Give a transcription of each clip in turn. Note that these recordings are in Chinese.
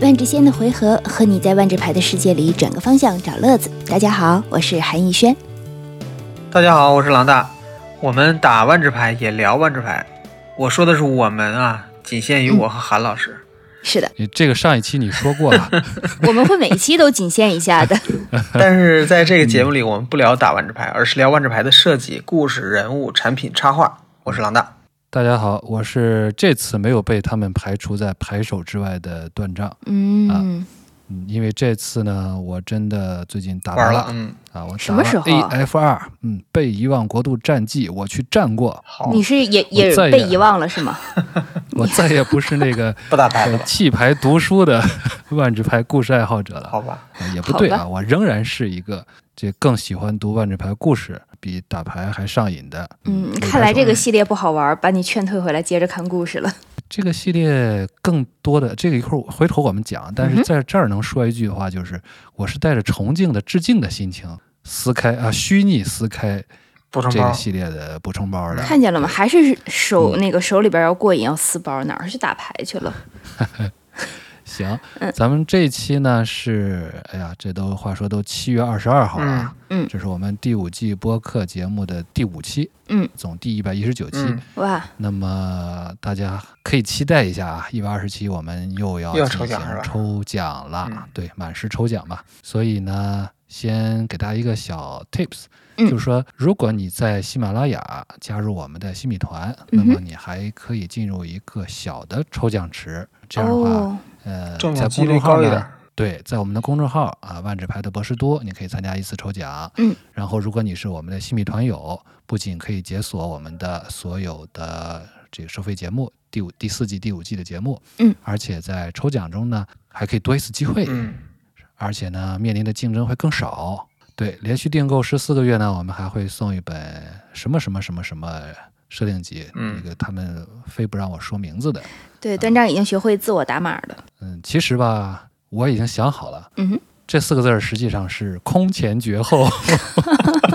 万智仙的回合和你在万智牌的世界里转个方向找乐子。大家好，我是韩逸轩。大家好，我是狼大。我们打万智牌也聊万智牌，我说的是我们啊，仅限于我和韩老师。是的，你这个上一期你说过了， 我们会每一期都仅限一下啊的。嗯但是在这个节目里，我们不聊打万智牌，而是聊万智牌的设计、故事、人物、产品、插画。我是狼大。大家好，我是这次没有被他们排除在牌手之外的断章，嗯，嗯，因为这次呢，我真的最近打玩完了了，嗯，啊，我什打么了时候 AF 二，嗯，被遗忘国度战记，我去战过，好，你是也也哦我再也被遗忘了是吗？我再也不是那 个不打牌呃了吧？弃牌读书的 万智牌故事爱好者了，好吧，啊也不对好啊，我仍然是一个这更喜欢读万智牌故事，比打牌还上瘾的，嗯，伪看来牌手这个系列不好玩，把你劝退回来，接着看故事了。这个系列更多的这个一会儿我回头我们讲，但嗯是哼在这儿能说一句的话，就是我是带着崇敬的致敬的心情撕开啊，虚拟撕开补充这包个。系列的补充包的。看见了吗？还是嗯手那个手里边要过瘾，要撕包，哪儿去打牌去了？行，嗯咱们这一期呢是，哎呀，这都话说都七月二十二号了啊，嗯嗯这是我们第五季播客节目的第五期，嗯，总第一百一十九期。嗯，哇，那么大家可以期待一下啊，一百二十期我们又要又要进抽奖行是吧抽奖了，嗯对，满十抽奖嘛。所以呢，先给大家一个小 tips，、嗯就是说，如果你在喜马拉雅加入我们的新米团，嗯那哼么你还可以进入一个小的抽奖池，这样的话，哦，呃，中奖在几公率众号高一呢点。对，在我们的公众号啊，万智牌的博士多，你可以参加一次抽奖。嗯，然后如果你是我们的新米团友，不仅可以解锁我们的所有的这个收费节目，第五、第四季、第五季的节目，嗯，而且在抽奖中呢，还可以多一次机会，嗯，而且呢，面临的竞争会更少。对，连续订购十四个月呢，我们还会送一本什么什么什么什么设定集，嗯那个他们非不让我说名字的。对，端章已经学会自我打码了。嗯，其实吧，我已经想好了。嗯哼，这四个字儿实际上是空前绝后。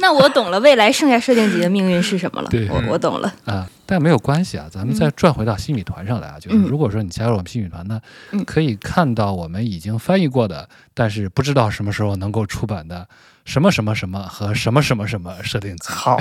那我懂了，未来剩下设定集的命运是什么了？对我我懂了。啊，但没有关系啊，咱们再转回到新米团上来啊，就是嗯如果说你加入我们新米团呢，嗯可以看到我们已经翻译过的，但是不知道什么时候能够出版的什么什么什么和什么什么什么设定集。 好，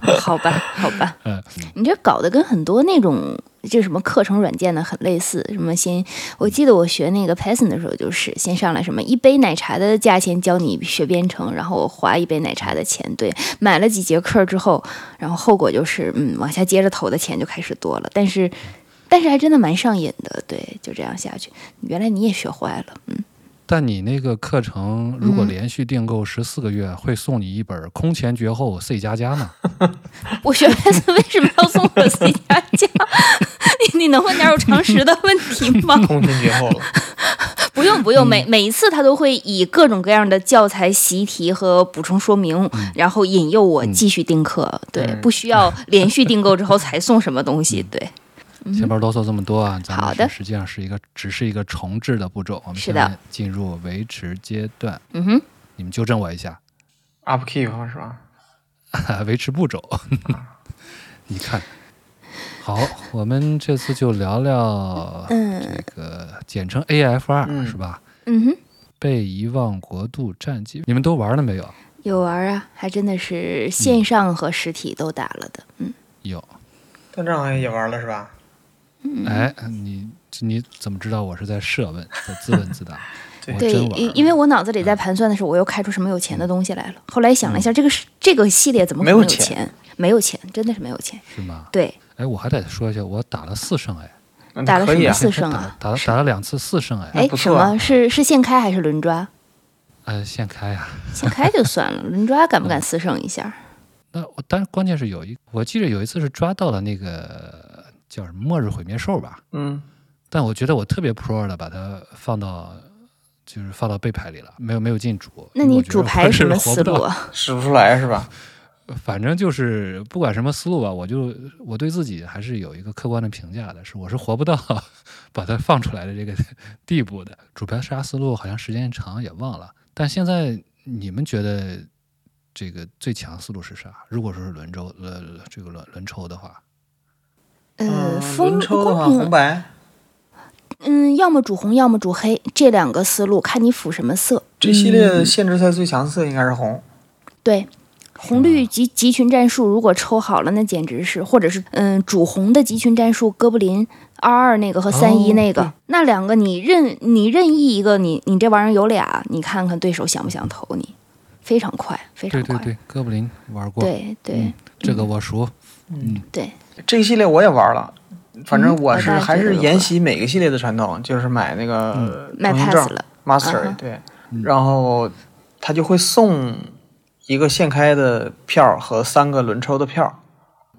好吧，好吧嗯，你这搞得跟很多那种就什么课程软件呢很类似，什么先，我记得我学那个 Python 的时候，就是先上来什么一杯奶茶的价钱教你学编程，然后我花一杯奶茶的钱，对，买了几节课之后，然后后果就是嗯，往下接着投的钱就开始多了，但是但是还真的蛮上瘾的，对，就这样下去，原来你也学坏了， 嗯，但你那个课程如果嗯连续订购十四个月，会送你一本空前绝后 C 加加呢？我学 Python 为什么要送我 C 加加？ 你你能问点有常识的问题吗？空前绝后了。不用嗯不用，每每一次他都会以各种各样的教材习题和补充说明，然后引诱我继续订课。对，嗯不需要连续订购之后才送什么东西。对，前面啰嗦这么多啊，咱嗯好们的是实际上是一个只是一个重置的步骤，我们是现的在进入维持阶段，嗯哼，你们纠正我一下。 Upkeep 是吧？维持步骤。 你看，好，我们这次就聊聊嗯这个简称 AF 二、嗯是吧？嗯哼，被遗忘国度战记，你们都玩了没有？有玩啊，还真的是线上和实体都打了的。嗯，有，断章好像也玩了是吧？？嗯哎，你你怎么知道我是在设问，在自问自 答对我对，真玩因因为我脑子里在盘算的时候，我又开出什么有钱的东西来了。后来想了一下，这个是这个系列怎么可能嗯没有有钱钱？没有钱，真的是没有钱。是吗？对，哎，我还得说一下，我打了四胜哎，嗯打了可以啊什么，四胜啊打了打了打了两次四胜哎，哎，不什错啊么是是现开还是轮抓？呃，现开啊。现开就算了，轮抓敢不敢私胜一下？那我但关键是有一，我记得有一次是抓到了那个叫什么末日毁灭兽吧，嗯，但我觉得我特别 pro 的把它放到，就是放到备牌里了，没有没有进主。那因为你我觉主得牌我什是么活思不到路？啊？使不出来是吧？反正就是不管什么思路吧，我就我对自己还是有一个客观的评价的，是我是活不到把它放出来的这个地步的。主牌杀思路好像时间长也忘了，但现在你们觉得这个最强思路是啥？如果说是轮抽呃这个轮轮抽的话，呃，嗯风轮抽的话，公红白嗯，要么煮红，要么煮黑，这两个思路看你辅什么色。嗯这系列限制赛最强色应该是红，对，红绿集集群战术如果抽好了，那简直是，或者是嗯主红的集群战术，哥布林二二那个和三一哦那个，对那两个你任你任意一个，你你这玩意儿有俩，你看看对手想不想投你，非常快，非常对快，对对，哥布林玩过，对对嗯这个我熟。对这个系列我也玩了。反正嗯我是我大概还知道是了沿袭每个系列的传统，就是买那个卖通行证 pass 了， Master、嗯嗯哼对嗯，然后他就会送一个现开的票和三个轮抽的票，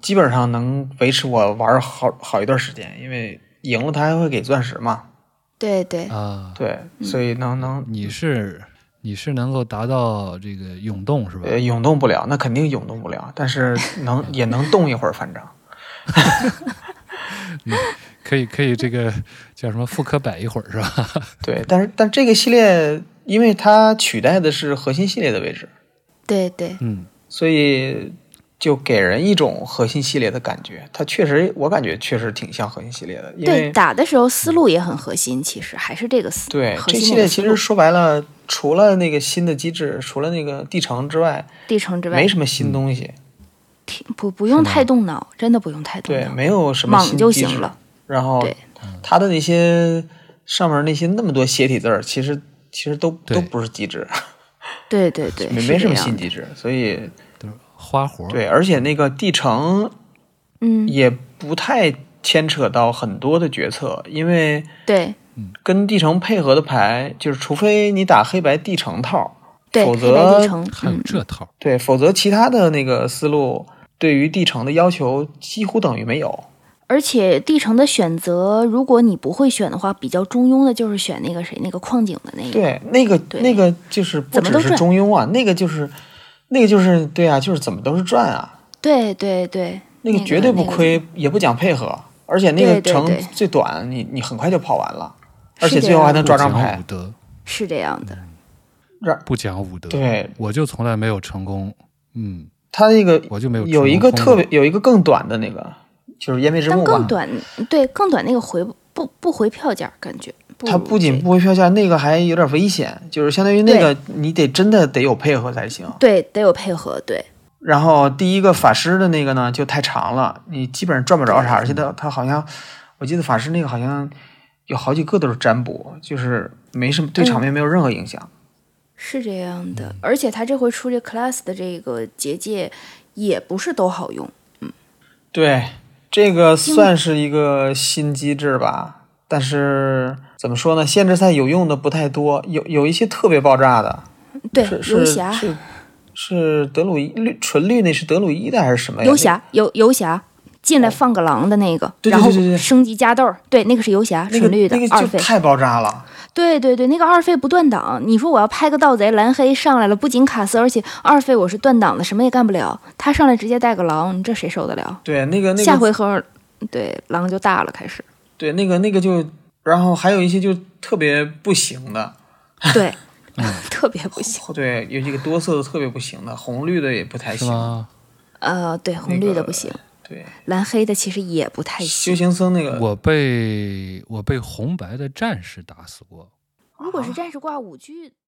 基本上能维持我玩好好一段时间，因为赢了他还会给钻石嘛，对对，啊，对，嗯所以能能你是你是能够达到这个涌动是吧？呃涌动不了，那肯定涌动不了，但是能也能动一会儿，反正可以可以，这个叫什么复刻摆一会儿是吧？对，但是但这个系列因为它取代的是核心系列的位置，对对嗯，所以就给人一种核心系列的感觉。它确实，我感觉确实挺像核心系列的，因对，为嗯打的时候思路也很核心，其实还是这个思对核这心系那列个其思实路，说白了，除了那个新的机制，除了那个地城之外，地城之外嗯没什么新东西。挺不不用是吗太动脑，真的不用太动对，脑，没有什么莽新嗯就机行制了。。然后对它的那些上面那些那么多斜体字儿，其实其实都对都不是机制，对对对，没是没什么这样新的机制，所以就是花活儿。对，而且那个地城嗯，也不太牵扯到很多的决策，因为。对跟地城配合的牌，就是除非你打黑白地城套，对，否黑白地则城，还有嗯，这套儿，对，否则其他的那个思路对于地城的要求几乎等于没有。而且地城的选择，如果你不会选的话，比较中庸的就是选那个谁，那个矿井的那个，对，那个对那个就是不怎么只都是赚中庸啊，那个就是那个就是对啊，就是怎么都是赚啊，对对对，那个个绝对不那个亏，也不讲配合，而且那个对对城对最短，你你很快就跑完了，而是且这最后还样能不抓张讲牌武，德，是这样的，让不讲武德。，对我就从来没有成功，嗯，他那个我就没有有一成个功特过别有一个更短的那个，就是烟灭之但墓吧更。短，对更短那个回不不不回票价，感觉它不不如仅这不回票价，那个还有点危险，就是相当于那个你得真的得有配合才行。对得有配合，对然后第一个法师的那个呢就太长了，你基本上赚不着啥，而且它它好像我记得法师那个好像有好几个都是占卜，就是没什么嗯对场面没有任何影响。是这样嗯的，而且他这回出这 class 的这个结界也不是都好用，对，这个算是一个新机制吧，但是怎么说呢，限制赛有用的不太多，有有一些特别爆炸的，对是游是侠是是德鲁伊绿纯绿那是德鲁伊的还是什么呀？游侠游游侠。进来放个狼的那个，哎哦对对然后对对对升级加豆儿，对，那个是游侠，那纯个绿的、那个二就费，太爆炸了。对对对，那个二费不断档，你说我要拍个盗贼蓝黑上来了，不仅卡斯，而且二费我是断档的，什么也干不了。他上来直接带个狼，你这谁受得了？对，那个那下个回合，对狼就大了，开始。对那个那个就，然后还有一些就特别不行的， 对，特别不行。对，有几个多色的特别不行的，红绿的也不太是行。吗？呃，对，红那绿的个不行，对，蓝黑的其实也不太修行。行僧那个我被我被红白的战士打死过，如果是战士挂五具。